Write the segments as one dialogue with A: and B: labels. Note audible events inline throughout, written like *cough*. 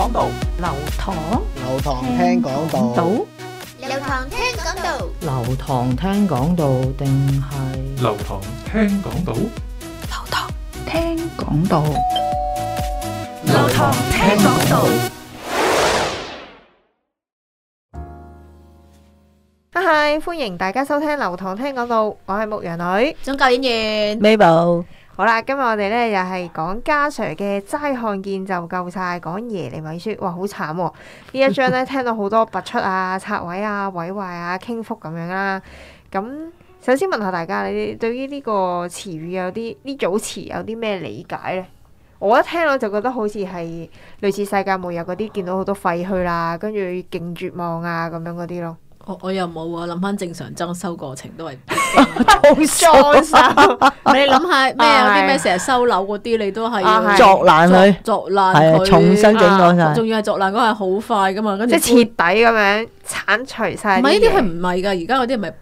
A: 流堂，
B: 流堂聽講
A: 到
B: 道，
C: 流堂聽講道，
D: 流堂聽講道定係
E: 流堂聽講道，
A: 聽講道，
C: 流堂聽講道。
F: 嗨，歡迎大家收聽流堂聽講道，我係牧羊女。
C: 宗教演員
D: Mabel
F: 好啦，今日我哋咧又係講家 Sir 嘅齋看見就夠晒，講耶利米書，哇，好慘喎！呢一章咧聽到好多拔出啊、 *laughs* 拆位啊、毀壞啊、傾覆咁樣啦。咁首先問下大家，你哋對於呢個詞語有啲呢組詞有啲咩理解咧？我一聽我就覺得好似係類似世界末日嗰啲，見到好多廢墟啦，跟住勁絕望啊咁樣嗰啲咯。
C: 我我又冇喎，諗翻正常裝修過程
F: *laughs*
C: 都係。
F: 裝修。
C: 你諗下咩有
F: 啊係
C: 啲咩成日收樓嗰啲，你都係
F: 啊係
C: 要
D: 作爛佢，
C: 作爛
D: 係啊
C: 佢，
D: 重新整
F: 啊
D: 講晒。
C: 仲要係作爛嗰係好快噶嘛，跟住
F: *laughs* 即係徹底咁樣剷除晒。
C: 唔係呢啲係唔係㗎？而家嗰啲係咪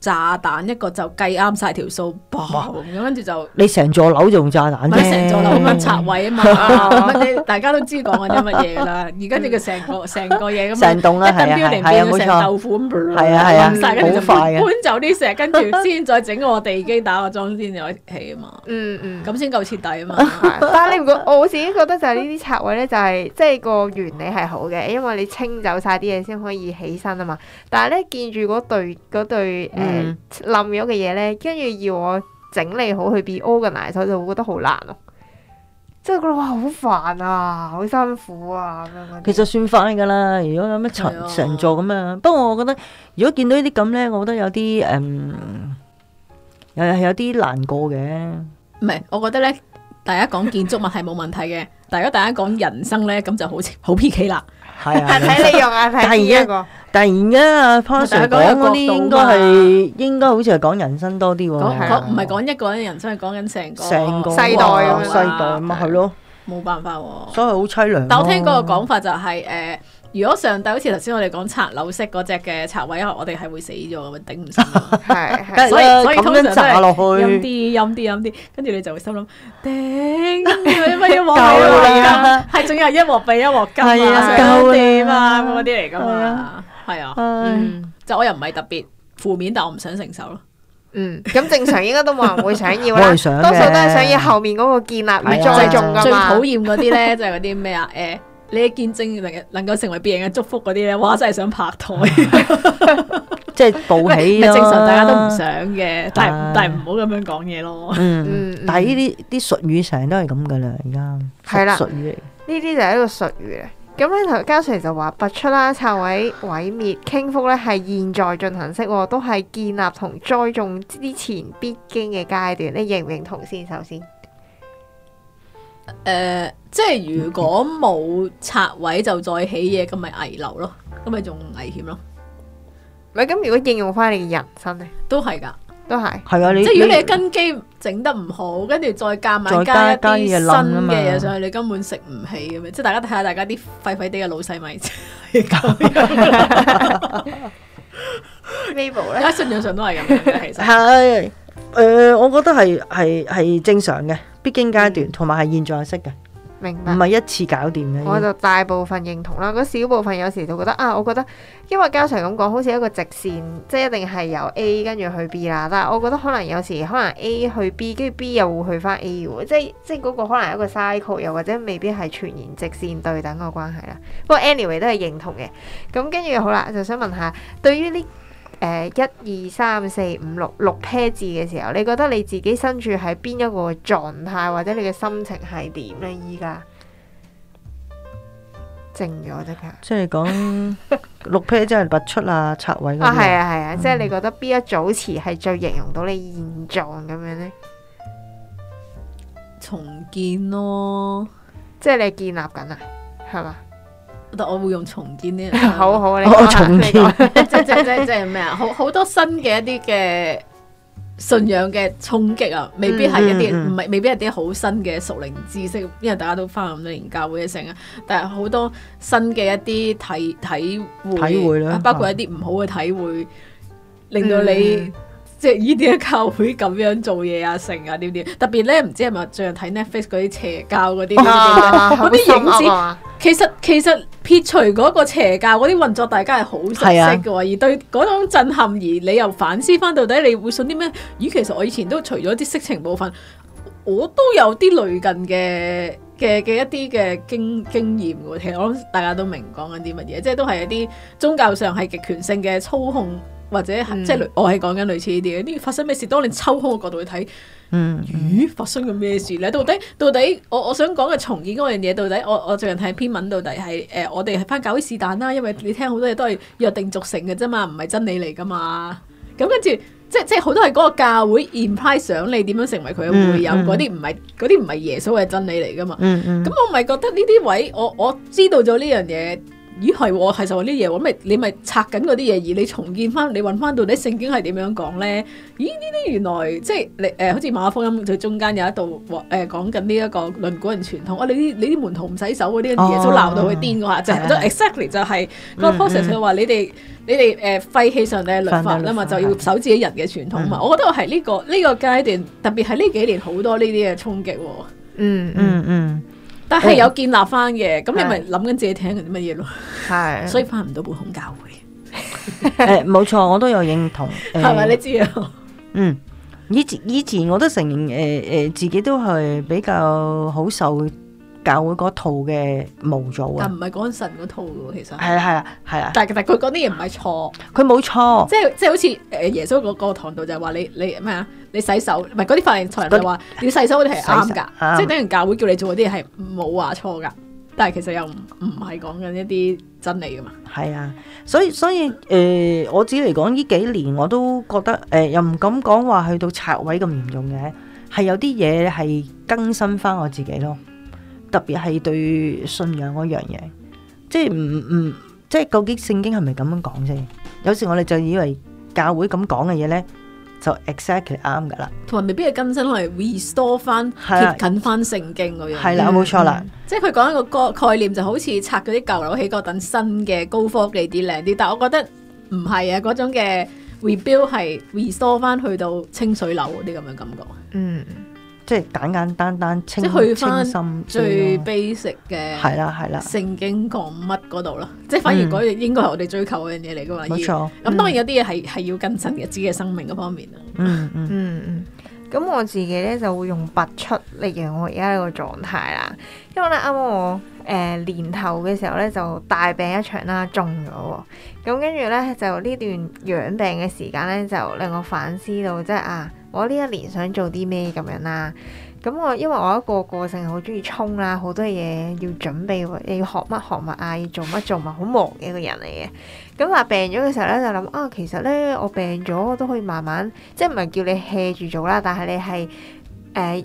C: 炸彈一個就計啱晒條數，砰咁樣跟住就。
D: 你成座樓仲炸彈
C: 咪成
D: 啫，
C: 座樓咁樣拆
F: *laughs*
C: 位啊嘛，
F: 啊
C: 乜 *laughs* 你大家都知講緊啲乜嘢㗎啦。而家你嘅成
D: *laughs*
C: 個成個嘢咁樣
D: 成棟啦，
C: 一
D: 係
C: 間
D: 啊
C: building
D: 係係啊
C: 變
D: 冇
C: 咗成豆
D: 錯，
C: 腐咁，
D: 係啊係啊
C: 冧晒跟住就
D: 好快嘅
C: 搬走啲石，跟住先再整個地基打個樁先至可以起啊
D: *laughs*
C: 嘛，
F: 嗯嗯。
C: 咁先夠徹底啊嘛。
F: 係但係你唔覺， *laughs* 我自己覺得就係呢啲拆位咧，就係即係個原理係好嘅，因為你清走晒啲嘢先可以起身啊嘛。但係咧見住嗰對嗰對誒
D: 嗯
F: 冧咗嘅嘢咧，跟住要我整理好去 be organize，我就會覺得好難咯。即係覺得哇好煩啊，好辛苦啊咁樣嗰啲。
D: 其實算快㗎啦。如果有咩
C: 係
D: 層
C: 啊
D: 成座咁樣，不過我覺得如果見到呢啲咁咧，我覺得有啲嗯，又係有啲難過嘅。
C: 唔係，我覺得咧，大家講建築物係冇問題嘅，但係如果大家講人生咧，咁就好似 *laughs* 好 P K 啦。*laughs*
D: 係
F: 係
D: 啊，
F: 睇你用啊，睇
D: 但係
F: 邊
D: 而
F: 一個。
D: 突然間阿 Pastor
C: 大家講
D: 講嗰
C: 有
D: 啲應
C: 角度
D: 該
C: 嘛
D: 係應該好似係講人生多啲
C: 講
D: 喎，
C: 講唔係啊講一個人人生，係講緊成個
D: 哦啊
C: 啊
D: 成個
F: 世代咁樣
D: 世代嘛係咯。
C: 冇辦法喎。
D: 所以好凄涼。
C: 但我聽嗰個講法就係、誒、如果上帝好似頭先我哋講拆樓式嗰只嘅拆位，我哋係會死咗咁樣頂唔順啊㗎嘛。
F: 係係
D: 梗係啦，
C: 所以所以
D: 咁
C: 通常都
D: 樣
C: 係
D: 炸落
C: 陰
D: 去，
C: 啲陰啲陰啲，跟住你就會心諗頂，乜要望
D: *laughs* 夠
C: 你
D: 啦
C: 啦，係仲有人一鑊比一鑊
D: 係
C: 金
D: 啊
C: 啊，
D: 夠
C: 想
D: 啦
C: 點啊咁嗰啲嚟噶
D: 係
C: 嘛
D: 啊，
C: 係啊，
D: 唉
F: 嗯
C: 就我又唔係特別負面，但我唔想承受咯。
F: 嗯，咁正常應該都冇人會想要
D: *laughs* 冇
F: 啦，
D: 人想嘅
F: 多數都係想要後面嗰個建立
D: 係
F: 與
D: 啊
F: 栽種噶
C: 最
F: 嘛
C: 討。厭嗰啲咧 *laughs* 就係嗰啲咩啊誒。你嘅見證能能夠成為別人嘅祝福嗰啲咧，哇！真係想拍台，
D: 啊即係暴起
C: 咪
D: 咯。
C: *laughs* 正常大家都唔想嘅，但係
D: 唉
C: 但係唔好咁樣講嘢咯。
D: 嗯，
F: 嗯，嗯
D: 但係呢啲啲術語成日都係咁噶啦，而家
F: 係啦
D: 術語嚟。
F: 呢啲就係一個術語咧。咁咧頭家 Sir 就話拔出啦、拆毀、毀滅、傾覆咧係現在進行式喎，都係建立同栽種之前必經嘅階段。你認唔認同先？首先，
C: 誒、即係如果冇拆位就再起嘢，咁咪危樓咯，咁咪仲危險咯，
F: 唔係咁，如果應用翻你嘅人生咧，
C: 都係㗎。
F: 都
C: *laughs*
F: 係
D: 係啊，你
C: 即係如果你根基整得唔好，跟住再夾
D: 再
C: 埋加一
D: 加
C: 啲
D: 一
C: 新
D: 啲嘢冧啊嘛
C: 嘅嘢上去，你根本食唔起咁樣。即係大家睇下大家啲廢廢啲嘅老細咪
D: *laughs*
C: 係咁樣，
F: Mabel
C: 大
F: 咧，
C: 家啊信仰上都係咁樣嘅，其實。
D: 係誒，我覺得係係係正常嘅必經階
C: 嗯
D: 段，同埋係現在式嘅，
F: 明白
C: 啊
D: 唔。係一次搞掂嘅。
F: 我就大部分認同啦，嗰少部分有時就覺得啊，我覺得因為家常咁講，好似一個直線，即係一定係由 A 跟住去 B 啦。但係我覺得可能有時可能 A 去 B，跟住 B 又會去翻 A 喎，即係即係嗰個可能係一個 cycle，又或者未必係全然直線對等嘅關係啦。不過 anyway 都係認同嘅。咁跟住好啦，就想問下，對於呢誒一二三四五六六 pair 字嘅時候，你覺得你自己身處喺邊一個狀態，或者你嘅心情係點呢？依家靜咗即刻。
D: 即係
C: *laughs*
D: 講六 pair 真係拔出啊、拆位嗰
F: 啊，係
D: 啲啊。
F: 啊，係啊，即係你覺得邊一組詞係最形容到你現狀咁樣呢？
C: 重建咯，
F: 即係你建立緊啊，係嘛？。
C: 但我會用重建呢樣
D: *laughs*
F: 好好，你
D: 我
F: 講下
D: 重
F: 你講
D: 建
C: *laughs* 即即即即係咩啊？好好多新嘅一啲嘅信仰嘅衝擊啊，未必係一啲
D: 嗯嗯嗯
C: 唔係未必係啲好新嘅屬靈知識，因為大家都翻咁多年教會嘅成啊，但係好多新嘅一啲體體會，
D: 體會啦
C: 啊包括一啲唔好嘅體會，令到你。
F: 嗯
C: 即係呢啲教會咁樣做嘢啊，成啊點點，特別咧唔知
D: *laughs*
C: 係咪最近睇 Netflix 嗰啲邪教嗰啲，
F: 啊
C: 嗰啲影
F: 好深
C: 子
F: 奧啊
C: 其實其實撇除嗰個邪教嗰啲運作，大家係好熟悉
D: 係啊
C: 嘅喎，而對嗰種震撼，而你又反思翻到底你會信啲咩？咦，其實我以前都除咗啲色情部分，我都有啲類近嘅嘅嘅一啲嘅經經驗嘅喎。其實我諗大家都明講緊啲乜嘢，即係都係一啲宗教上係極權性嘅操控，或者係、
D: 嗯
C: 即係類我係講緊類似呢啲嘅。呢發生咩事？當你抽空嘅角度去睇。
D: 嗯，
C: 咦，發生咗咩事咧？到底到底我我想講嘅重建嗰樣嘢，到底我我最近睇篇文，到底係誒、呃我哋係翻教會是但啦，因為你聽好多嘢都係約定俗成嘅啫嘛，唔係真理嚟噶嘛。咁跟住即即好多係嗰個教會 imply 想你點樣成為佢嘅會友，
D: 嗯嗯
C: 嗰啲唔係嗰啲唔係耶穌嘅真理嚟噶嘛。
D: 嗯嗯
C: 咁我咪覺得呢啲位，我我知道咗呢樣嘢，咦係喎，其實我呢啲嘢，我咪你咪拆緊嗰啲嘢，而你重建翻，你揾翻到底聖經係點樣講咧？咦呢啲原來即係你誒、呃好似馬可福音佢中間有一度話誒講緊呢一個論古人傳統，我、你啲你啲門徒唔洗手嗰啲，耶
D: 哦
C: 穌鬧到佢癲嗰下，就係
D: 係
C: 就
D: 係
C: exactly 就係嗰個
D: 嗯
C: process，佢話你哋你哋誒廢棄上帝嘅律法啦嘛，就
D: 上帝律法嗯
C: 要守自己人嘅傳統嘛。我覺得我係呢、個呢、個階段，特別係呢幾年好多呢啲嘅衝擊喎。
F: 嗯嗯
C: *laughs*
D: 嗯嗯，
C: 但係有建立翻嘅，咁你
F: 係
C: 咪諗緊自己聽緊啲乜嘢咯，
F: 係，
C: 所以翻唔到本孔教會，
D: 誒冇錯，我都有認同，誒
C: 係咪你知啊？
D: 嗯，以前以前我都承認，誒、誒、自己都係比較好受教會嗰套嘅模組
C: 但
D: 啊，
C: 唔係講神嗰套嘅喎，其實，
D: 係啊啦係啦係啦，
C: 但係但係佢講啲嘢唔係錯，
D: 佢冇錯，
C: 即係即係好似誒耶穌嗰個堂度就係話你你咩啊？你洗手，唔係嗰啲法利賽人就話你洗手嗰啲係啱
D: 洗手
C: 㗎，
D: 啱
C: 即係等於教會叫你做嗰啲嘢係冇話錯㗎，但係其實又唔唔係講緊一啲真理㗎嘛。
D: 係啊，所以所以誒、我自己嚟講呢幾年我都覺得誒、呃又唔敢講話去到拆位咁嚴重嘅，係有啲嘢係更新翻我自己咯，特別係對信仰嗰樣嘢，即係唔唔即係究竟聖經係咪咁樣講先？有時我哋就以為教會咁講嘅嘢咧，就 exactly 啱噶啦，
C: 同埋未必係更新，可能係 restore 翻
D: 係啦
C: 貼近翻聖經嗰樣。
D: 係啦，冇錯啦，
C: 即係佢講一個個概念，就好似拆嗰啲舊樓起過，等新嘅高科技啲靚啲。但我覺得唔係啊，嗰種嘅 rebuild 係 restore 翻去到清水樓嗰啲咁嘅感覺，
F: 嗯
D: 即係簡簡單單清
C: 即係去
D: 清
C: 返
D: 心
C: 最
D: 啲咯
C: basic 嘅
D: 係啦係啦，
C: 聖經講乜嗰度咯。即係反而
D: 嗯
C: 嗰樣應該係我哋追求嗰樣嘢嚟噶嘛。
D: 冇
C: 而
D: 錯，
C: 咁當然有啲嘢係係要更新嘅，自己嘅生命嗰方面啊啦。
D: 嗯嗯
F: 嗯嗯。咁我自己咧就會用拔出嚟形容我而家呢個狀態啦，因為咧啱啱我誒、呃年頭嘅時候咧就大病一場啦，中咗喎。咁跟住咧就呢段養病嘅時間咧就令我反思到即係啊，我呢一年想做啲咩咁樣啦。咁我因為我一個個性好中意衝啦，好多嘢要準備，又要學乜學乜啊，要做乜做乜，好忙嘅一個人嚟嘅。咁但係病咗嘅時候咧，就諗啊，其實咧我病咗我都可以慢慢，即係唔係叫你 hea 住做啦，但係你係誒。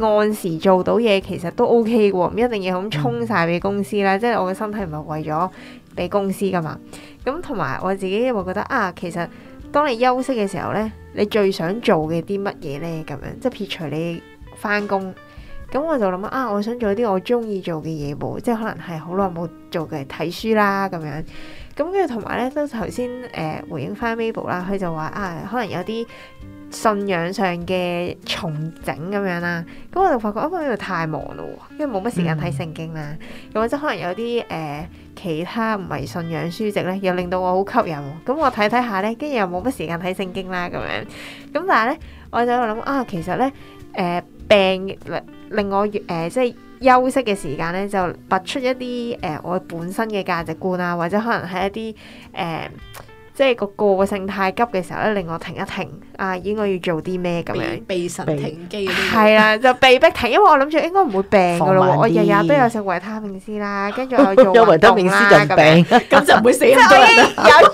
F: 按時做到嘢其實都 OK 嘅喎，唔一定要咁衝晒俾公司啦。即係我嘅身體唔係為咗俾公司噶嘛。咁同埋我自己會覺得啊，其實當你休息嘅時候呢，你最想做嘅啲乜嘢呢？咁樣即係撇除你翻工，咁我就諗啊，我想做啲我中意做嘅嘢喎，即係可能係好耐冇做嘅睇書啦咁樣。咁跟住同埋咧，都頭先誒回應翻 Mabel 啦，佢就話啊，可能有啲信仰上嘅重整咁樣啦。咁我就發覺啊，因為太忙咯喎，因為冇乜時間睇聖經啦，又或者可能有啲誒、呃其他唔係信仰書籍咧，又令到我好吸引喎。咁我睇睇下咧，跟住又冇乜時間睇聖經啦咁樣。咁但係咧，我就喺度諗啊，其實咧誒、呃病令令我誒、呃即係。休息嘅時間咧，就拔出一啲誒、呃我本身嘅價值觀啊，或者可能係一啲誒、呃即係個個性太急嘅時候咧，令我停一停啊，應該要做啲咩咁
C: 避
F: 樣。
C: 避神
D: 避
C: 停機嗰啲嘢。
F: 係啊啦，就被逼停，因為我諗住應該唔會病噶咯
D: 放慢
F: 喎，
D: 啲
F: 我日日都有食維他命 C 啦，跟
D: *laughs*
F: 住我又做
D: 有維他命 C 就
F: 運動啦咁樣
D: 病。
C: 咁就唔會死咁多
F: 我已
C: *laughs* 人啊
F: 經
C: 啦。
F: 有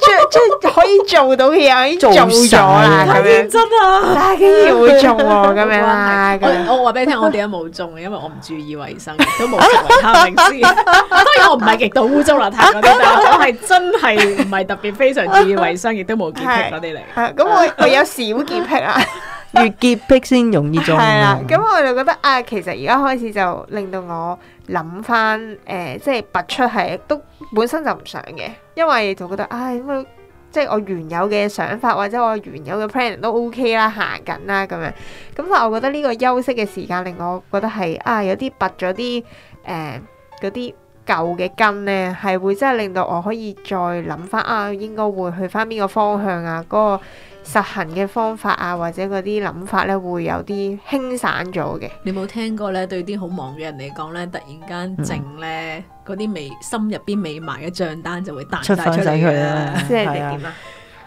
F: *laughs* 即係可以做到嘅嘢，我已經
D: 做
F: 做咗啦
D: 晒
F: 咁
C: 天
F: 樣，
C: 真啊！
F: 但係竟然會中喎咁樣
D: *laughs*
F: 啦，咁樣
C: 我我話俾你 *laughs* 聽，我點解冇中嘅？因為我唔注意衞生，都冇食維他命 C。當然我唔係極度污糟邋 *laughs* 遢嗰啲，但係我係真係唔係特別非常注意衞生，亦都冇潔癖嗰啲嚟。
F: 係啊咁我我有時會潔癖啊。
D: *laughs* 越潔癖先容易中。
F: 係啦，咁我就覺得啊，其實而家開始就令到我諗翻誒，即係拔出係都本身就唔想嘅，因為就覺得唉咁啊，即係我原有嘅想法或者我原有嘅 plan 都 OK 啦，行緊啦咁樣。咁但係我覺呃得呢個休息嘅時間令我覺得係啊，有啲拔咗啲誒嗰啲舊嘅根呢，係會真係令到我可以再諗翻啊，應該會去翻邊個方向啊，嗰、個實行嘅方法啊，或者嗰啲諗法呢，會有啲輕散咗
D: *laughs*
F: 嘅。
C: *laughs* 你冇聽過咧？對啲好忙嘅人嚟講咧，突然間靜咧，嗰啲未心入邊未埋嘅帳單就會彈晒
D: 出翻
C: 出
D: 晒
C: 嚟
D: 佢
C: 㗎啦
D: 啦。
F: 即係你
D: 係啊
F: 點啊？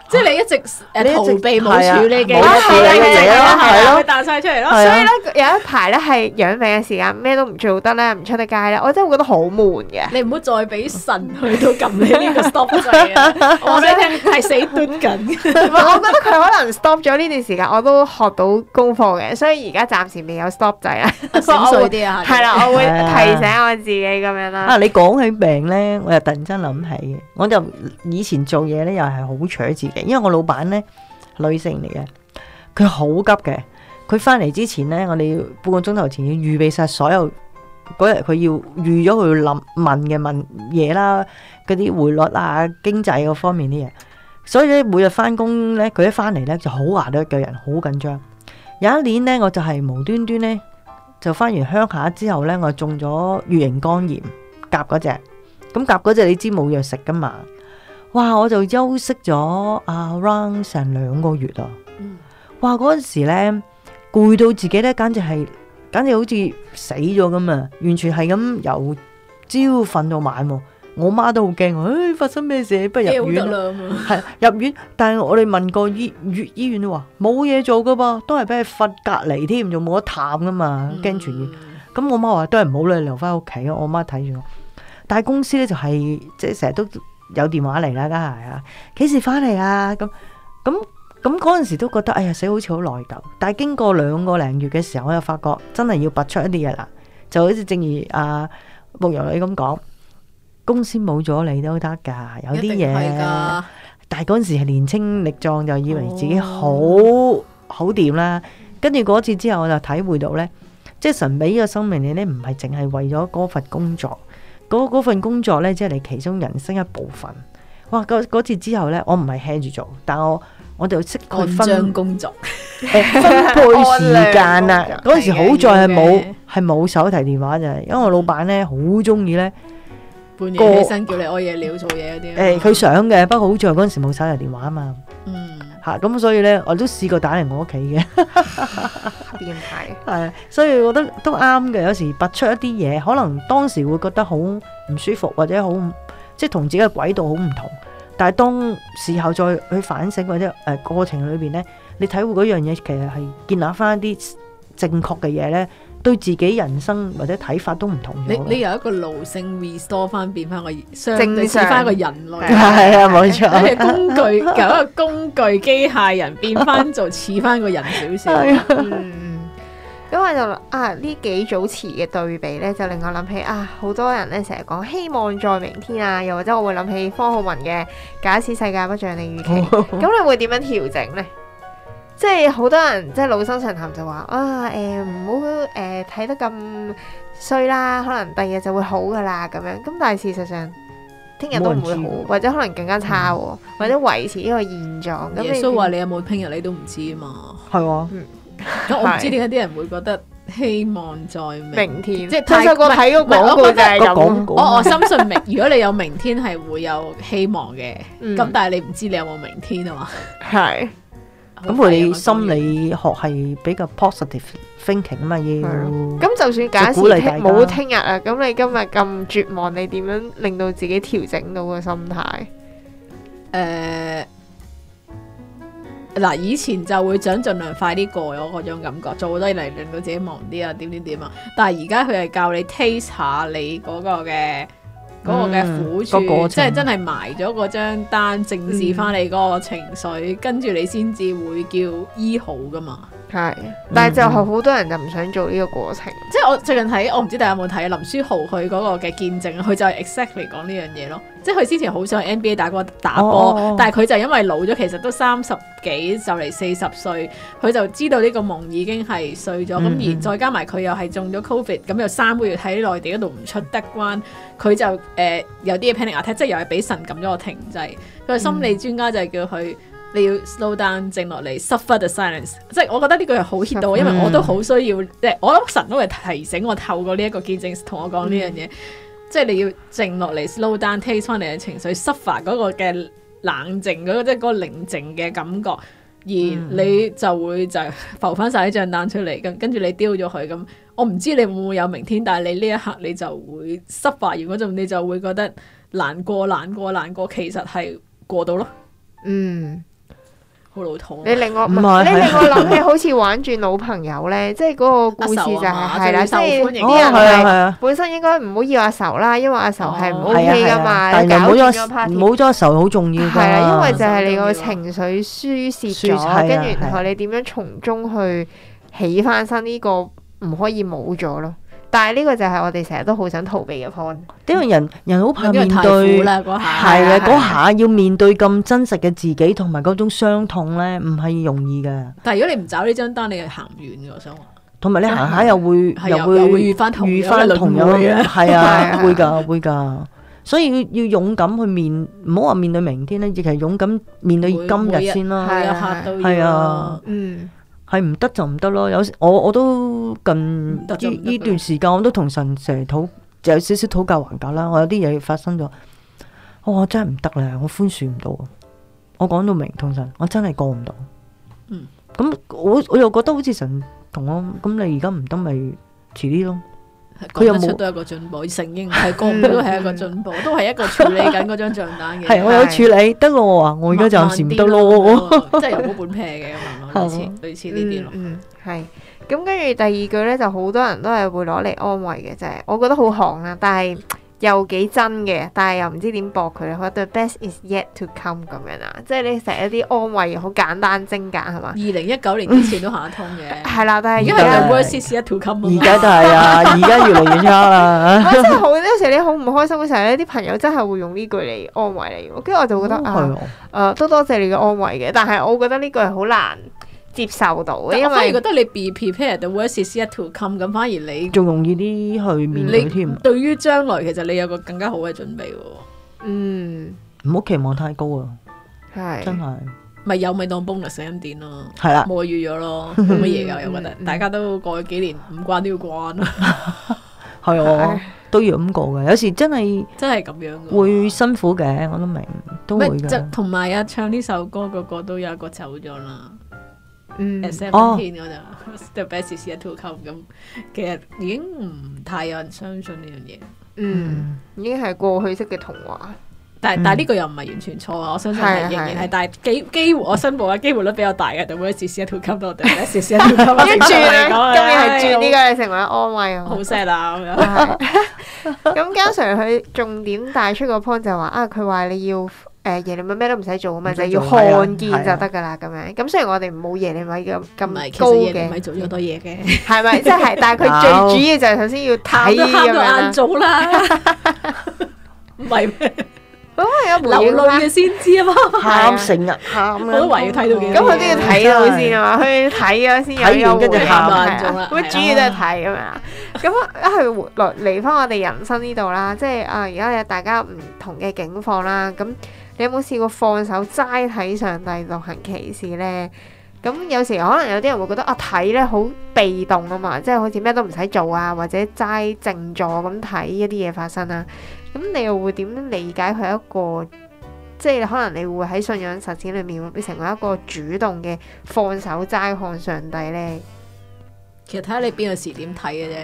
C: 即係你一直
D: 你一
C: 誒
D: 直
C: 逃避冇處理嘅
D: 係啊冇
F: 處理嘅嘢咯
D: 係咯
C: 會彈晒出嚟咯。
D: 係
F: 所
D: 啊
F: 以咧有一排咧係養病嘅時間，咩都唔做得咧，唔出得街咧，我真係會覺得好悶
D: *laughs*
F: 嘅。
C: 你唔好再俾神去到撳你呢個 stop 掣啊！我想聽係死端緊，
F: 唔係我覺得佢可能 stop 咗呢段時間，我都學到功課嘅，所以而家暫時未有 stop 掣啦。
C: 少碎啲啊！
F: 係啦，我會
D: 係啊
F: 提醒我自己咁樣啦。。
D: 啊！你講起病咧，我又突然間諗起，我就以前做嘢咧，又係好扯自己，因為我老闆咧女性嚟嘅，佢好急嘅。佢翻嚟之前咧，我哋要半個鐘頭前要預備晒所有嗰日佢要預咗佢要諗問嘅問嘢啦，嗰啲匯率啊、經濟嗰方面啲嘢。所以咧，每日翻工咧，佢一翻嚟咧就好牙得嘅人，好緊張。有一年咧，我就係無端端咧就翻完鄉下之後咧，我中咗乙型肝炎。夾嗰只，咁夾嗰只你知冇藥食噶嘛？哇！我就休息咗啊 around 成兩個月啊！
C: 嗯
D: 哇！嗰陣時咧攰到自己咧，簡直係簡直好似死咗咁啊！完全係咁由朝瞓到晚喎。我媽都好驚，唉、發生咩事？不如入
C: ，L
D: 院
C: 得
D: 啦。
C: 啦嘛。
D: 係入院，但係我哋問過醫醫醫院都話冇嘢做噶噃，都係俾你瞓隔離添，仲冇得探噶嘛，
C: 嗯
D: 驚傳染。咁我媽話都係唔好啦，留翻屋企啊！我媽睇住我，但係公司咧就係、即係成日都有電話嚟啦，梗係啊，幾時翻嚟啊？咁咁咁嗰陣時都覺得哎呀死好似好內疚，但係經過兩個零月嘅時候，我又發覺真係要拔出一啲嘢啦，就好似正如啊牧羊女咁講，公司冇咗你都得㗎，有
C: 一
D: 啲
C: 定係
D: 嘢。
C: 㗎，
D: 但係嗰陣時係年青力壯，就以為自己好、
C: 哦
D: 好掂啦。跟住嗰次之後，我就體會到呢，即係神俾嘅生命你呢，唔係淨係為咗嗰份工作，嗰嗰份工作呢，即係你其中人生一部分。哇！嗰嗰次之後呢，我唔係 hea 住做，但我我就識佢
C: 按
D: 分
C: 章工作。
D: 誒分
C: *laughs*
D: 配時間啦嗰陣時好在係
C: 係
D: 冇
C: 嘅
D: 係冇手提電話啫，因為我老闆呢，好中意呢。
C: 半夜起身叫你屙夜尿做嘢嗰啲啊嘛。
D: 誒佢想嘅，不過好在嗰陣時冇手提電話啊嘛。
C: 嗯
D: 嚇咁、所以咧，我都試過打嚟我屋企嘅，
F: 變態，
D: 係，所以我覺得都啱嘅。有時拔出一啲嘢，可能當時會覺得好唔舒服，或者好唔即係同自己嘅軌道好唔同。但係當事後再去反省或者誒、呃、過程裏邊咧，你體會嗰樣嘢其實係建立翻一啲正確嘅嘢咧，對自己人生或者睇法都唔同咗
C: 你
D: 嘅。
C: 你由一個奴性 restore 翻變翻個相
F: 正
C: 對
F: 常
C: 似翻個人類，
D: 係啊，冇
C: 跟
D: 錯。
C: 住工具由一個工具機械人變翻做似翻個人少少。
D: 係啊
F: 嗯，因為就啊呢幾組詞嘅對比咧，就令我諗起啊好多人咧成日講希望在明天啊，又或者我會諗起方浩文嘅假使世界不像你預期。咁你會點樣調整呢？即係好多人即係老生常談就話啊誒唔好誒睇得咁衰啦，可能第二日就會好噶啦咁樣。咁但係事實上，聽日都唔會
D: 冇人知
F: 好，或者可能更加差喎，或者維持呢個現狀。咁
C: 耶
F: 你
C: 穌話：你有冇聽日你都唔知啊嘛。
D: 係喎，
C: 咁 *laughs* 我唔知
F: 係
C: 點解啲人會覺得希望在明。
F: 明天，
C: 即係太
F: 細細個睇個廣告就係
D: 個廣
F: 咁。
D: 告
C: 我我哦 *laughs* 深信明，如果你有明天係會有希望嘅，
F: 嗯
C: 咁但係你唔知你有冇明天啊嘛。啊
F: 係
D: 咁佢哋心理學係比較 positive thinking 啊嘛，要
F: 係咁，就算假
D: 就鼓勵
F: 設聽
D: 大家
F: 冇聽日啊，咁你今日咁絕望，你點樣令到自己調整到個心態？
C: 誒呃嗱，以前就會想盡量快啲過咗嗰種感覺，做好多嘢嚟令到自己忙啲啊，點點點啊。但係而家佢係教你 taste 下你嗰個嘅嗰、個嘅
D: 嗯
C: 苦處，
D: 個過程嗯
C: 即係真係埋咗嗰張單，正視翻你嗰個情緒，跟住你先至會叫醫好噶嘛。
F: 係，但係就係
D: 嗯
F: 好多人就唔想做呢個過程。
C: 即係我最近睇，我唔知大家有冇睇林書豪佢嗰個嘅見證，啊佢就係 exactly 講呢樣嘢咯。即係佢之前好想去 NBA 打過打波，
D: 哦哦哦
C: 但係佢就因為老咗，其實都三十幾就嚟四十歲，佢就知道呢個夢已經係碎咗。咁、
D: 嗯嗯
C: 而再加埋佢又係中咗 covid，咁有三個月喺內地嗰度唔出得關，佢就誒、呃有啲嘢 panic attack，即係又係俾神撳咗個停滯。佢心理專家就係叫佢。你要 slow down，靜落嚟，suffer the silence。即係我覺得呢句係好 hit 到我，因為我都好需要，即係我諗神都係提醒我透過呢一個見證同我講呢樣嘢。即係你要靜落嚟 slow down taste 翻你嘅情緒，suffer 嗰個嘅冷靜嗰、個即係嗰個寧靜嘅感覺，而你就會就浮翻晒啲帳單出嚟，咁跟住你丟咗佢咁。我唔知你會唔會有明天，但係你呢一刻你就會 suffer 完嗰陣，你就會覺得難過、難過、難過，其實係過到咯，
F: 嗯。
C: 好老土啊。
F: 你令我
D: 唔係
F: 你令
D: 係
F: 我諗起好似玩轉老朋友咧，即係嗰個故事就係
C: 阿愁啊
F: 係啦，
C: 嘛
F: 即
C: 最
F: 係
C: 受歡迎
D: 哦，
F: 啲人
D: 係啊，係
F: 係
D: 啊。
F: 本身應該唔好要阿愁啦，因為阿愁
D: Ờ.
F: 係唔
C: 哦
F: OK
D: 係
F: 噶
D: 啊
F: 嘛，
D: 但係
F: 搞
D: 又冇
F: 掂
D: 咗
F: 咗 party
D: 冇。咗愁好重要㗎。
F: 係啦，因為就
C: 係
F: 係你個情緒輸
D: 輸
F: 泄
D: 係啊
F: 咗，跟
D: 係啊
F: 住然後你點樣從中去起翻身呢個唔可以冇咗咯。但係呢個就係我哋成日都好想逃避嘅 point。
D: 因為人人好怕
C: 有啲
D: 面
C: 人太
D: 對
C: 苦。啦嗰下，
D: 係
F: 係啊
D: 啊，嗰下要面對咁真實嘅自己同埋嗰種傷痛咧，唔係容易嘅。
C: 但係如果你唔找呢張單，你係行唔遠嘅。我想話，
D: 同埋你行下又會
C: 係
D: 又
C: 又
D: 會
C: 又會遇返同樣
D: 遇返
C: 嘅
D: 同
C: 輪迴
D: 樣
C: 啊
D: 係
F: 係
D: 啊，
F: 啊
D: 會㗎會㗎。所以要要勇敢去面，唔好話面對明天咧，亦係勇敢面對
C: 每
D: 今
C: 每
D: 日
C: 日
D: 先啦。
C: 每一刻都
D: 係
C: 要
D: 啊
C: 咯。
F: 嗯，
D: 係唔得就唔得咯。有時我我都近
C: 唔得就唔
D: 呢
C: 得㗎
D: 呢段時間，我都同神成日討有少少討價還價啦。我有啲嘢發生咗，我我真係唔得啦，我寬恕唔到啊。我講到明同神，我真係過唔到。
C: 嗯，
D: 咁我我又覺得好似神同我咁，你而家唔得咪遲啲咯。佢
C: 佢
D: 又
C: 又
D: 冇
C: 冇都係一個進步，承
D: *laughs*
C: 認係過唔到都係一個進步，都係一個處理緊嗰張帳單嘅。
D: 係我有處理得咯，我話我而家暫時唔得
C: 慢慢啲
D: 咯。
C: 咯，
D: *laughs*
C: 即係有嗰本 p 嘅咁樣咯，類似類似呢啲咯。
F: 嗯，嗯係。咁跟住第二句咧，就好多人都係會攞嚟安慰嘅，就係、我覺得好行啦，但係又幾真嘅，但係又唔知點駁佢咧。佢 the best is yet to come 咁樣啦，即係你成日一啲安慰好簡單精簡係嘛
C: 二？零一九年之前都行得通
D: *laughs*
C: 嘅，
F: 係啦，但
C: 因
F: 係
C: 為
F: 而家
D: 係。
C: 個 worst is yet to come 啊
D: 而
C: 嘛
D: 家都係啊，而家越嚟越差啦。 *laughs*
F: 我真係好，有時你好唔開心嘅時候咧，啲朋友真係會用呢句嚟安慰你喎，跟住我就覺得
D: 哦係
F: 啊，
D: 喎
F: 誒、都多謝你嘅安慰嘅，但係我覺得呢句係好難接受到嘅，
C: 但
F: 因
C: 我反而
F: 為
C: 覺得你 be prepared the worst is yet to come，咁反而你
D: 仲容易啲去面對添
C: 你。對於將來其實你有個更加好嘅準備喎，
F: 嗯
D: 唔好期望太高啊，真
F: 係
D: 係
C: 咪有咪當 bonus 咁點咯。
D: 係啦，
C: 冇預咗咯，
F: *laughs*
C: 冇
F: 嗯
C: 乜嘢㗎，我覺得
F: 啊嗯
C: 大家都過去幾年唔慣都要慣啦，
D: 係我
F: 唉
D: 都要咁過嘅。有時真係
C: *laughs* 真係咁樣㗎。
D: 會辛苦嘅，我都明，都會
C: 咩就
D: 嘅。
C: 同埋啊，唱呢首歌嗰個都有一個走咗啦
F: 嗯
C: ，at
D: 哦
C: seventeen 嗰陣 The Best Is Yet To Come 咁，其實已經唔太有人相信呢樣嘢。
F: 嗯，已經係過去式嘅童話，
C: 但係
D: 嗯
C: 但係呢個又唔係完全錯啊！我相信
F: 係啊
C: 係仍
F: 係啊
C: 然係，但係機機會我申報嘅機會率比較大嘅，The Best Is Yet To Come 多過 The Best Is Yet To Come
F: *laughs*
C: 啊。
F: 一轉咧，今日係轉呢
C: 個，
F: 個你成為安慰
C: 好
F: 我。
C: sad 啊咁樣。
F: 係咁加上佢重點帶出個 point 就話啊，佢話你要誒耶利米咩都唔使做啊嘛，
D: 唔
F: 就
D: 使
F: 要
D: 做係啊
F: 看見
D: 係啊
F: 就得㗎啦咁樣。咁雖然我哋冇耶利米咁
C: 唔係，
F: 咁
C: 其
F: 高
C: 實嘢唔
F: 嘅
C: 係，做咗好多嘢嘅，
F: 係
C: *laughs*
F: 咪？即係，但係佢最主要就係首先要睇
C: 喊都
F: 咁
C: 喊
F: 樣
C: 到
F: 啦
C: 晏。早
F: *laughs*
C: 啦，唔係咩
F: 咁係啊，
C: 流淚嘅先知啊嘛。
D: 喊成日喊
C: 我都
D: 嘅，
C: 懷疑睇到幾
F: 咁佢都要睇到先啊嘛，佢睇咗先有優惠啊
D: 睇
C: 跟
D: 完
C: 住喊
F: 係啊咁主要都係睇咁樣啦。咁啊，一係回來嚟翻我哋人生呢度啦，即係啊，而家有大家唔同嘅境況啦。咁你有冇試過放手齋睇上帝獨行奇事咧？咁有時可能有啲人會覺得啊睇咧好被動啊嘛，即係好似咩都唔使做啊，或者齋靜坐咁睇一啲嘢發生啦。咁你又會點理解佢一個即係可能你會喺信仰實踐裏面，你成為一個主動嘅放手齋看上帝咧？
C: 其實睇下你邊個時點睇嘅啫，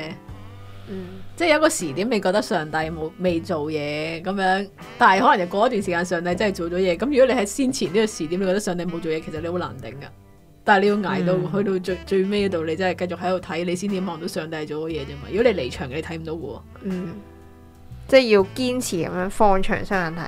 F: 嗯
C: 即係有一個時點你覺得上帝冇未做嘢咁樣，但係可能就過一段時間上帝真係做咗嘢。咁如果你喺先前呢個時點你覺得上帝冇做嘢，其實你好難頂噶。但係你要捱到、
D: 嗯
C: 去到最最尾嗰度，你真係繼續喺度睇，你先至望到上帝做咗嘢啫嘛。如果你離場嘅，你睇唔到嘅喎。
F: 嗯，即係要堅持咁樣放長雙眼睇。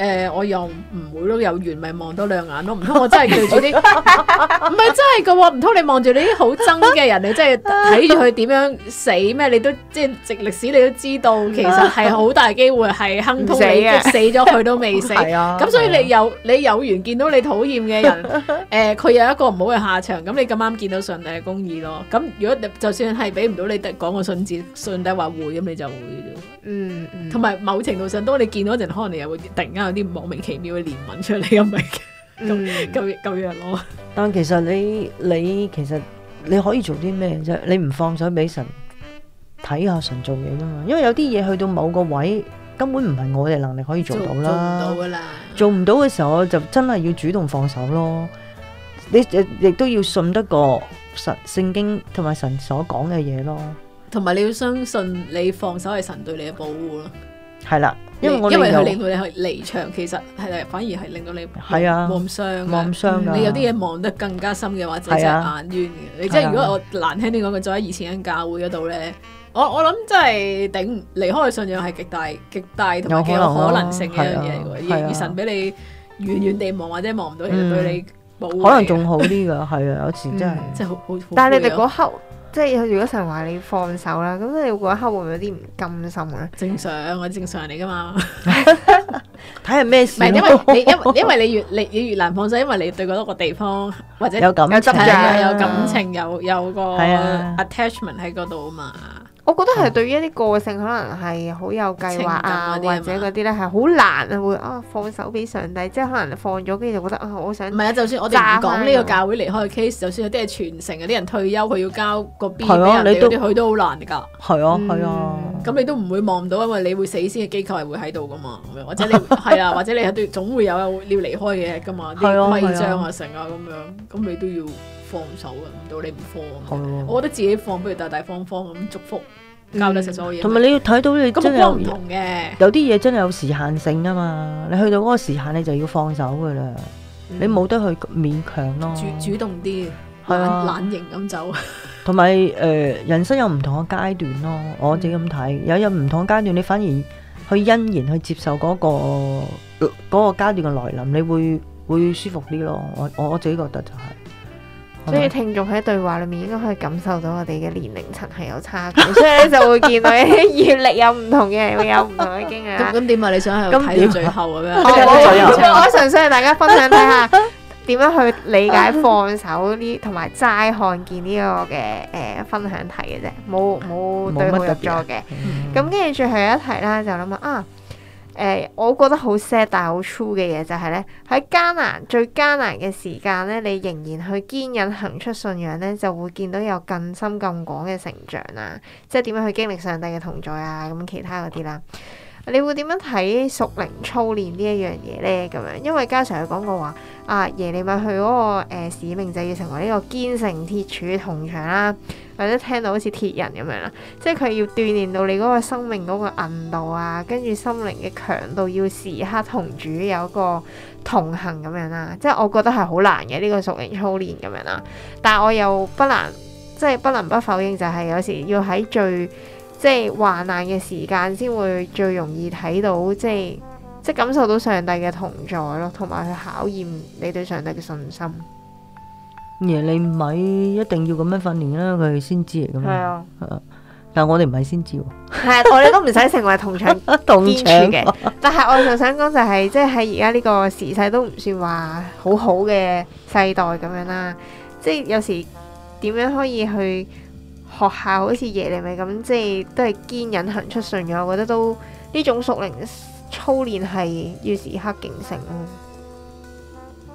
C: 誒、我又唔會咯，有緣咪望多兩眼咯，唔
D: *laughs*
C: 通我真係對住啲唔係真係嘅喎，唔通你望住你啲好憎嘅人，你真
D: *laughs*
C: 係睇住佢點樣死咩？你都即係直歷史，你都知道其實係好大機會係亨通
F: 唔
C: 你
F: 死嘅
C: 即死咗，佢都未死。
D: *laughs* 係啊。
C: 咁所以
D: 係啊
C: 你有你有緣見到你討厭嘅人，誒、佢有一個唔好嘅下場，咁你咁啱見到上帝嘅公義咯。咁如果你就算係俾唔到你講個信字，上帝話會，咁你就
D: *laughs*
C: 會咯。
F: 嗯嗯，
C: 同埋某程度上，當你見到嗰陣，可能你又會突然間有啲莫名其妙嘅憐憫出嚟，咁咪嗯
F: 咁
C: 咁咁樣咯。
D: 但其實你你其實你可以做啲咩啫？你唔放手俾神睇下神做嘢啫嘛。因為有啲嘢去到某個位，根本唔係我哋能力可以做到
C: 做唔到
D: 啦。
C: 噶啦，
D: 做唔到嘅時候，就真係要主動放手咯。你亦亦都要信得過神聖經同埋神所講嘅嘢咯。
C: 同埋你要相信你放手係神對你嘅保護咯。
D: 係啦，因為我
C: 因為佢
D: 哋
C: 令
D: 有
C: 到你去離場，其實係反而係令到你
D: 係啊
C: 冇咁傷嘅嗯
D: 望傷㗎。
C: 你有啲嘢望得更加深嘅話，就真
D: 啊係
C: 係
D: 啊
C: 眼冤嘅。你
D: 係啊
C: 即係如果我難聽啲講句，就喺以前間教會嗰度咧，我我諗真係頂唔離開嘅信仰係極大極大同埋極
D: 有
C: 有
D: 可能
C: 可
D: 咯
C: 能性嘅一樣嘢嚟
D: 係啊嗯
C: 喎。而而神俾你遠遠地望或者望唔到，其實對你保護
D: 可能
C: 你
D: 仲好啲噶，係啊，有時真係
C: 啊嗯真係好好。好
F: 但係你
C: 攰
F: 哋
C: 啊
F: 嗰刻，即係如果神話你放手啦，咁你嗰一刻會唔會有啲唔甘心啊咧？
C: 正常，啊我正常嚟噶
D: *laughs*
C: 嘛。
D: 睇下咩
C: 唔
D: 事
C: 係因
D: 咯。
C: 為你因為因為你越你你越難放手，因為你對嗰個地方或者
D: *laughs* 有感
F: 有執
D: 情
F: 着
C: 係啊
F: 係
C: 有感情，有有個
D: 係啊
C: attachment 喺嗰度啊嘛。
F: 我覺得係對於一啲個性可能係好有計劃啊，
C: 哦情感嗰啲啊
F: 或
C: 嘛
F: 者嗰啲咧係好難啊，會啊放手俾上帝，即係可能放咗，跟住就覺得啊，我想
C: 唔係啊，就算我哋唔講呢個教會離開嘅 case，就算有啲係傳承，有啲人退休，佢要交個 B 俾
D: 係啊
C: 人哋嗰
D: 你
C: 啲，
D: 都
C: 佢都好難㗎。
D: 係
C: 嗯
D: 啊，係啊。
C: 咁你都唔會望到，因為你會死先嘅機構係會喺度㗎嘛，咁樣或者你
D: *laughs*
C: 係啊，或者你係都總會有要離開嘅㗎嘛，
D: 係啊
C: 啲徽
D: 係啊
C: 章啊、成啊咁樣，咁你都要放手啊，唔到你唔放啊。
D: 係
C: 我覺得自己放，不如大大方方咁祝福，交得實所有嘢。
D: 同埋你要睇到嗯你
C: 個
D: 真
C: 目
D: 係
C: 光唔
D: 有
C: 同嘅，
D: 有啲嘢真係有時限性啊嘛，你去到嗰個時限你就要放手噶啦，你冇得去勉強咯。
C: 主嗯主動啲，
D: 係
C: 懶
D: 啊，
C: 懶型咁走。
D: 同埋誒人生有唔同嘅階段咯，我自己咁
C: 嗯
D: 睇，有有唔同嘅階段，你反而去欣然去接受嗰、個嗰、個階段嘅來臨，你會會舒服啲咯。我我我自己覺得就係、
F: 所以聽眾喺對話裏面應該可以感受到我哋嘅年齡層係有差距，所以咧就會見到一啲閱歷有唔同嘅人會有唔同嘅經 *laughs*
C: *laughs*
F: 歷啦
C: 咁。咁點啊？你想喺度
D: 咁
C: 睇
D: 點
C: 到
D: 啊
C: 最後咁
D: *laughs*
F: 我
C: 樣？
F: 我我純粹係大家分享睇下點樣去理解放手呢，同埋齋看見呢個嘅誒分享題嘅啫，冇啊冇對號入座嘅。
D: 嗯
F: 咁跟住最後一題啦，就諗下啊，誒、我覺得好 sad 但係好 true 嘅嘢就係咧，喺艱難最艱難嘅時間咧，你仍然去堅忍行出信仰咧，就會見到有更深更廣嘅成長啦，即係點樣去經歷上帝嘅同在啊，咁其他嗰啲啦。你會點樣睇屬靈操練呢一樣嘢呢？咁樣，因為家常有講過話啊，耶利米去嗰、個、呃、使命就要成為呢個堅城鐵柱銅牆啦，或者聽到好似鐵人咁樣啦。即係佢要鍛鍊到你嗰個生命嗰個韌度啊，跟住心靈嘅強度要時刻同主有一個同行咁樣啦。即係我覺得係好難嘅呢、個屬靈操練咁樣啦，但係我又不難，即係不能不否認就係有時要喺最即係患難嘅時間先會最容易睇到，即係即係感受到上帝嘅同在咯，同埋去考驗你對上帝嘅信心。
D: 耶利米一定要咁樣訓練啦，佢係先知嚟噶
F: 係
D: 嘛。
F: 啊，
D: 但我哋唔係先知喎，
F: 係我哋都唔使成為 *laughs* 同場
D: *laughs* 啊動
F: 堅
D: 牆
F: 處嘅。但係我就想講就係、即係喺而家呢個時勢都唔算話好好嘅世代咁樣啦。即係有時點樣可以去學校好似耶利米咁，即係都係堅忍行出信仰，我覺得都呢種屬靈操練係要時刻警醒咯。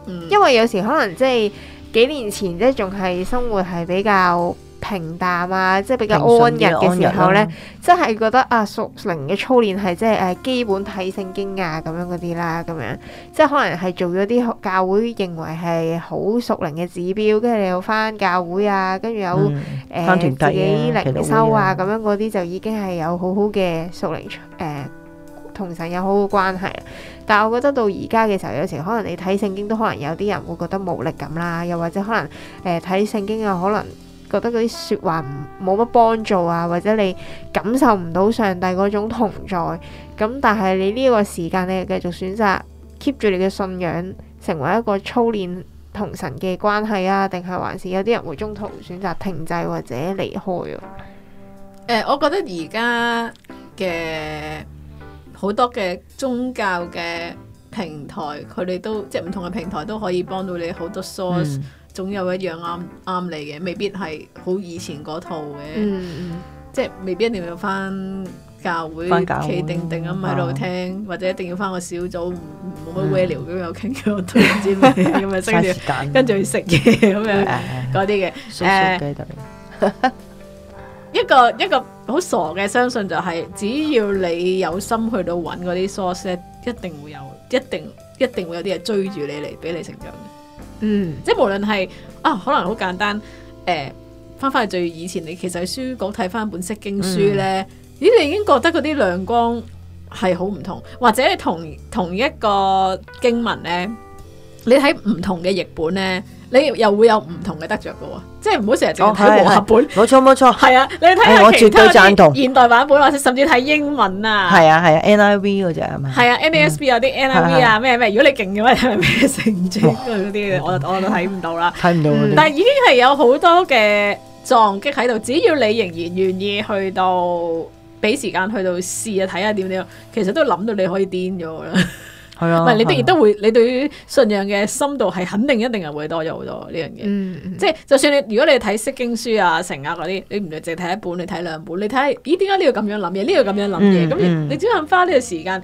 C: 嗯
F: 因為有時可能即係幾年前即係仲係生活係比較平淡啊，即係比較安逸嗯嘅時候呢，，
D: 嗯
F: 即係覺得啊屬靈嘅操練係即係誒基本睇聖經啊咁樣嗰啲啦，咁樣即係可能係做咗啲教會認為係好屬靈嘅指標，跟住你又翻教會啊，跟住有。
D: 嗯
F: 誒、
D: 返
F: 呃自
D: 團契
F: 己
D: 啊
F: 靈修啊，
D: 祈
F: 咁樣嗰啲就已經係有好好嘅屬靈誒呃同神有好好關係啦。啊但係我覺得到而家嘅時候，有時可能你睇聖經都可能有啲人會覺得無力感啦，又或者可能誒睇聖經啊又可能覺得嗰啲説話唔冇乜幫助啊，或者你感受唔到上帝嗰種同在。咁但係你呢個時間，你係繼續選擇 keep 住你嘅信仰，成為一個操練同神嘅關係啊，定係還是有啲人會中途選擇停滯或者離開啊？
C: 誒、呃我覺得而家嘅好多嘅宗教嘅平台，佢哋都即係唔同嘅平台都可以幫到你好多 source，、
D: 嗯
C: 總有一樣啱啱你嘅，未必係好以前嗰套嘅，
F: 嗯
C: 即係未必一定要翻教會
D: 返教會
C: 企定定咁喺
D: 啊
C: 度聽，或者一定要翻個小組，唔冇
D: 嗯
C: 乜 value 咁樣傾偈，我都唔知咩咁
D: *laughs*
C: 樣，
D: 嘥
C: 跟
D: 時
C: 住
D: 間，嗯
C: 跟住去食嘢咁樣
D: 誒
C: 嗰啲嘅。
D: 縮縮雞度
C: 一個一個好傻嘅相信就係、只要你有心去到揾嗰啲 source 咧，一定會有，一定一定會有啲嘢追住你嚟俾你成長嘅。嗯，即係無論係啊，可能好簡單，誒、翻返去最以前，你其實喺書局睇翻本釋經書咧，咦，你已經覺得嗰啲亮光係好唔同，或者你同同一個經文咧，你睇唔同嘅譯本咧，你又會有唔同嘅得着嘅喎，即係唔好成日淨係
D: 哦係
C: 睇和合本。
D: 冇錯冇錯，係
C: 係啊，你睇
D: 係
C: 下
D: 哎我
C: 其
D: 絕
C: 他
D: 對贊
C: 啲
D: 同
C: 現代版本，或啊者甚至睇英文啊，
D: 啊係啊，NIV 嗰只係咪？
C: 係啊，NASB 有啲 NIV 啊咩咩，如果你勁嘅話，睇咩成長
D: 哇
C: 嗰啲，啊我我都睇唔到啦。
B: 睇唔到嗰啲，
C: 但係已經係有好多嘅撞擊喺度，只要你仍然願意去到俾時間去到試啊睇下點點，其實都諗到你可以癲咗㗎啦。
D: 係啊，
C: 唔係你都
D: 係啊
C: 亦都會，你對於信仰嘅深度係肯定一定係會多咗好多呢樣嘢。
F: 嗯，
C: 即係就算你如果你睇釋經書啊、成啊嗰啲，你唔係淨係睇一本，你睇兩本，你睇下咦點解呢個咁樣諗嘢，呢個咁樣諗嘢，
D: 嗯
C: 咁、
D: 嗯
C: 你只肯花呢個時間，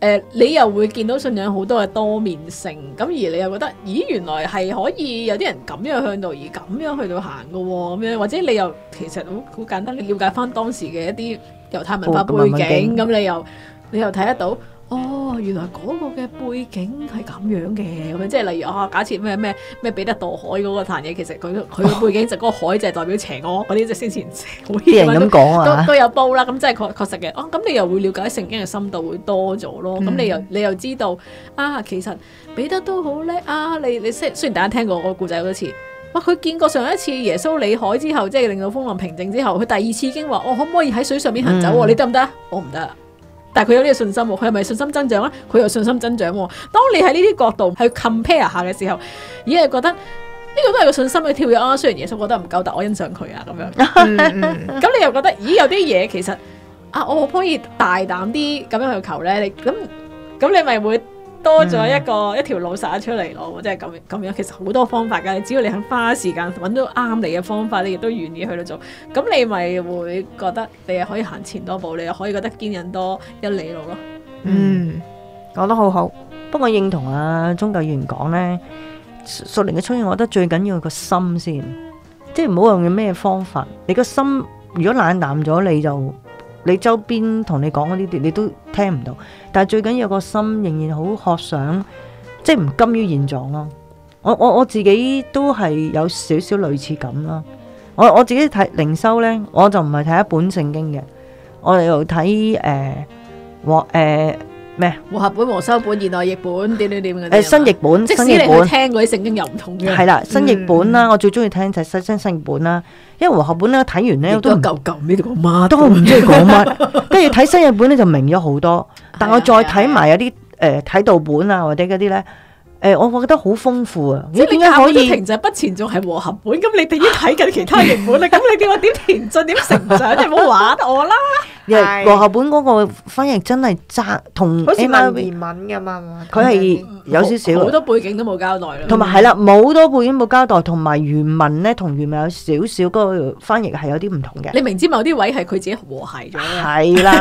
C: 誒、你又會見到信仰好多嘅多面性，咁而你又覺得咦原來係可以有啲人咁樣向導而咁樣去到行嘅喎，咁樣或者你又其實好好簡單，你了解翻當時嘅一啲猶太文化背
D: 哦咁啊
C: 景，
D: 文景
C: 咁你又你又睇得到。哦，原來嗰個嘅背景係咁樣嘅，咁樣即係例如啊，假設咩咩咩彼得墮海嗰個壇嘢，其實佢佢嘅背景就嗰個海就係代表邪惡嗰啲，即係先前好
D: 啲人咁講
C: 都
D: 啊，
C: 都有煲啦，咁真係確確實嘅。哦，咁你又會了解聖經嘅深度會多咗
D: 嗯
C: 咯。咁、你又你又知道啊，其實彼得都好叻啊！你你雖雖然大家聽過我個故仔好多次，哇！佢見過上一次耶穌理海之後，即係令到風浪平靜之後，佢第二次已經話：我哦可唔可以喺水上面行走喎？
D: 嗯
C: 你得唔得啊？我唔得啊。但係佢有呢個信心喎，佢係咪信心增長咧？佢有信心增長喎。當你喺呢啲角度去 compare 下嘅時候，已經係覺得呢個都係個信心嘅跳躍啊！雖然耶穌覺得唔夠，但我欣賞佢啊咁樣。咁你又覺得，咦有啲嘢其實啊，我可唔可以大膽啲咁樣去求咧？你咁咁你咪會多咗一個、一條路撒出嚟咯，即係咁咁樣。其實好多方法㗎，你只要你肯花時間揾到啱你嘅方法，你亦都願意去到做，咁你咪會覺得你又可以行前多步，你又可以覺得堅忍多一里路咯。
F: 嗯，講得好好，
D: 不過認同啊，宗教議員講咧，屬靈嘅操練，我覺得最緊要係個心先，即係唔好用咩方法。你個心如果冷淡咗，你就你周邊同你講嗰啲，你都聽唔到。但係最緊要個心仍然好渴想，即係唔甘於現狀咯。我我我自己都係有少少類似咁啦。我我自己睇靈修咧，我就唔係睇一本聖經嘅，我又睇誒和誒咩
C: 和合本、和修本、 *laughs* 現代譯本點點點嗰啲啊嘛。
D: 呃誒新譯本，
C: 即使
D: 新
C: 你去
D: 譯本。
C: 聽嗰啲聖經又唔同嘅，嗯
D: 係啦，新譯本啦，我最中意聽就係新新新譯本啦，因為和合本咧睇完咧
C: 亦都
D: 都唔
C: 嚿嚿呢度個媽
D: 都唔知佢講
C: *laughs*
D: 乜，跟住睇新譯本咧就明咗好多，但
C: 啊
D: 我再睇埋有啲誒睇道本啊或者嗰啲咧，誒我覺得好豐富啊，
C: 即
D: 咦
C: 係你
D: 點解可
C: 以
D: 以
C: 停滯不前，仲係和合本？咁你哋已經睇緊其他譯
D: *laughs*
C: 本啦，咁你點話點填進點成長？你唔好玩我啦！
D: 因為
F: 係
D: 和合本嗰個翻譯真係爭同
F: 好似
D: M I
F: 文
D: V
F: 言文咁啊，
D: 佢係有少少
C: 好
D: 啊。
C: 多背景都冇交代啦。
D: 同埋係啦，冇多背景冇交代，同埋原文咧同原文有少少嗰個翻譯係有啲唔同嘅。
C: 你明知某啲位係佢自己和諧咗嘅，
D: 係
C: *laughs*
D: 啦，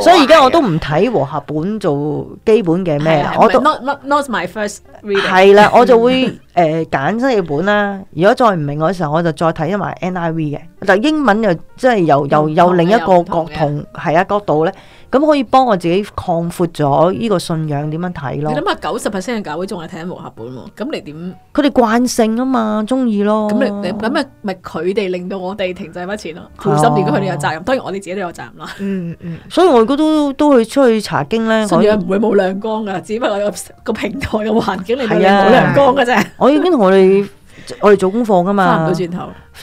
D: 所以而家我都唔睇和合本做基本嘅咩啦，我
C: 都
D: 都
C: 啊 not not not my first reading。
D: 係啦，我就會
C: *laughs*
D: 誒揀新譯本啦。如果再唔明嗰時候，我就再睇埋 NIV 嘅。但英文又即係又又
C: 嗯
D: 又另一個
C: 唔同
D: 角
C: 嘅
D: 同係啊角度咧，咁可以幫我自己擴闊咗呢個信仰點樣睇
C: 你
D: 咯。
C: 諗下，九十 percent 嘅教會仲係睇緊和合本喎，咁你點？
D: 佢哋慣性啊嘛，中意咯。嗯
C: 咁你你咁咪咪佢哋令到我哋停滯不前
D: 哦
C: 咯？負心如果佢哋有責任，當然我哋自己都有責任啦。
F: 嗯嗯，
D: 所以我都都都去出去查經咧。
C: 信
D: *laughs* 我
C: 仰唔會冇亮光噶，只不過個個平台嘅環境令到你
D: 係啊
C: 冇亮光嘅啫，
D: 我已經同我哋我哋做功課噶
C: 翻唔
D: 嘛
C: 到。轉頭。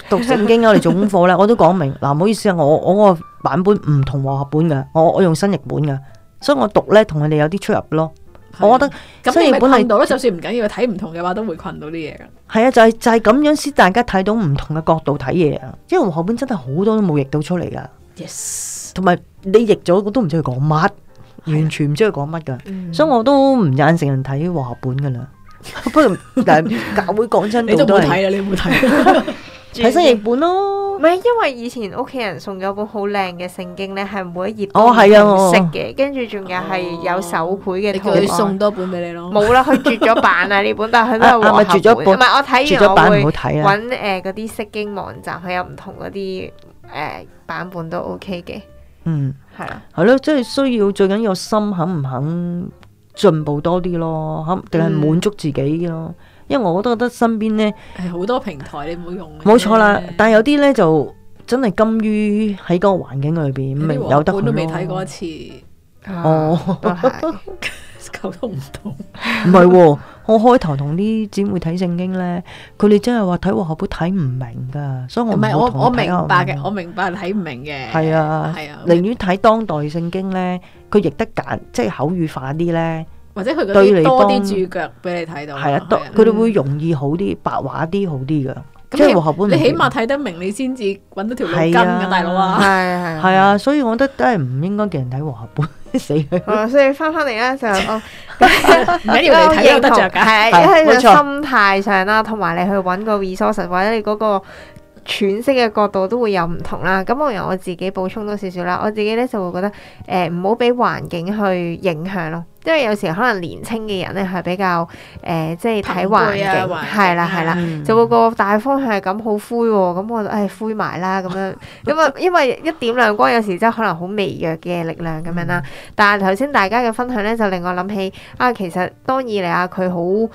D: 讀聖經我哋做功課咧，我都講明嗱，唔好意思啊，我我個版本唔同和合本嘅，我我用新譯本嘅，所以我讀咧同佢哋有啲出入咯。
C: 係啊
D: 我覺得
C: 咁
D: 所
C: 你
D: 以
C: 咪
D: 本嚟
C: 困到咯，就算唔緊要，睇唔同嘅話都會困到啲嘢噶。
D: 係啊，就係、就係、咁樣先，大家睇到唔同嘅角度睇嘢啊。因為和合本真係好多都冇譯到出嚟噶，
C: Yes，
D: 同埋你譯咗我都唔知佢講乜，完全唔知佢講乜
C: 嗯 Ừ.
D: 噶，所以我都唔贊成人睇和合本噶啦。 *laughs* 不過但係教會講真
C: 你
D: 道
C: 都
D: 都
C: 冇睇
D: 係
C: 啦，啊你冇睇。
D: 睇新譯本咯
F: 唔。係，因為以前屋企人送咗本好靚嘅聖經咧，係每一頁
D: 哦係啊
F: 都唔
D: 哦
F: 同色嘅，跟住仲有係有手繪
C: 你
F: 嘅
C: 叫
F: 圖
C: 佢
F: 案。
C: 送多本俾你咯。
F: 冇啦，佢絕咗版啦呢本，但係佢都係
D: 啊啊咪
F: 和合
D: 絕咗
F: 本。
D: 本
F: 唔係我
D: 絕
F: 睇
D: 咗
F: 完
D: 版
F: 我
D: 唔
F: 會呃
D: 好睇啊！
F: 揾誒嗰啲釋經網站，佢有唔同嗰啲誒版本都 OK 嘅，
D: 嗯，
F: 係啊啦。
D: 係咯，即係需要最緊要心肯唔肯進步多啲咯，肯定係
F: 嗯
D: 滿足自己咯。因為我都覺得身邊咧
C: 係好多平台你唔好用嘅。
D: 冇錯啦，但係有啲咧就真係甘於喺嗰個環境裏邊，咪
C: 啲
D: 有得
C: 黃本
D: 佢
C: 都未
D: 咯
C: 睇過一 *laughs* 次，
D: 哦
F: 啊都係
C: 溝通唔到。
D: 唔係喎，我開頭同啲姊妹睇聖經咧，佢哋真係話睇和合本睇唔明㗎，所以我
C: 唔係
D: 冇
C: 我
D: 同佢
C: 我
D: 睇
C: 明
D: 和合
C: 白
D: 本
C: 嘅，我明白睇唔明嘅。
D: 係啊
C: 係啊，
D: 寧願睇當代聖經咧，佢譯得簡，即係口語化啲咧，
C: 或者佢嗰
D: 對
C: 啲
D: 你
C: 多
D: 幫
C: 啲注腳俾你睇到。
D: 係啊，多
C: 係嗯
D: 佢哋會容易好啲，白話啲好啲㗎。即
C: 咁
D: 係
C: 你
D: 和合本唔
C: 你
D: 明，
C: 起碼睇得明，你先至揾到條路跟
D: 係啊
C: 㗎，大佬
F: 係
C: 啊！
D: *laughs*
F: 係
D: 係啊，所以我覺得都係唔應該叫人睇和合本， *laughs* 死佢
F: *laughs* 好哦啦，所以翻翻嚟咧
C: *laughs*
F: 就哦我
C: 唔緊要，你睇都得着㗎。
F: 係
D: 係
F: 因為
D: 冇
F: 你
D: 錯
F: 心態上啦，同埋你去揾個 resource 或者你嗰個喘息嘅角度都會有唔同啦。咁我由我自己補充多少少啦，我自己咧就會覺得誒唔好俾環境去影響咯，因為有時可能年青嘅人咧係比較誒、呃即係睇
C: 朋輩
F: 環
C: 啊
F: 境
C: 環境
F: 係啦係啦。
D: 嗯
F: 就會個大方向係咁好灰喎、咁我就唉灰埋啦咁樣，咁啊因為一點亮光有時真係可能好微弱嘅力量咁樣啦。但係頭先大家嘅分享咧，就令我諗起啊，其實當以利亞佢好誒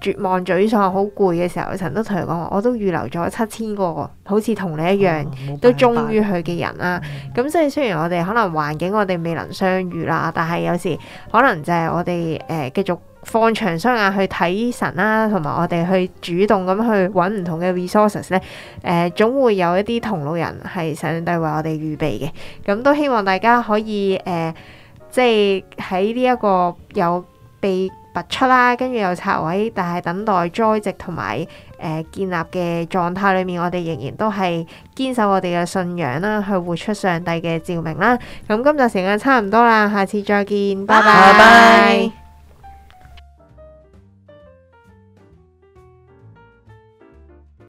F: 絕望、沮喪、好攰嘅時候，神都同佢講話，我都預留咗七千個好似同你一樣。
D: 嗯
F: 都忠於佢嘅人啦。咁所以雖然我哋可能環境我哋未能相遇啦，但係有時可能就係我哋誒、呃、繼續放長雙眼去睇神啦，同埋我哋去主動咁去揾唔同嘅 resources 咧，誒、呃、總會有一啲同路人係上帝為我哋預備嘅。咁都希望大家可以誒、呃即係喺呢一個有被拔出啦，跟住又拆位，但係等待栽植同埋誒建立嘅狀態裏面，我哋仍然都係堅守我哋嘅信仰啦，去活出上帝嘅照明啦。咁今集時間差唔多啦，下次再見，拜
D: 拜拜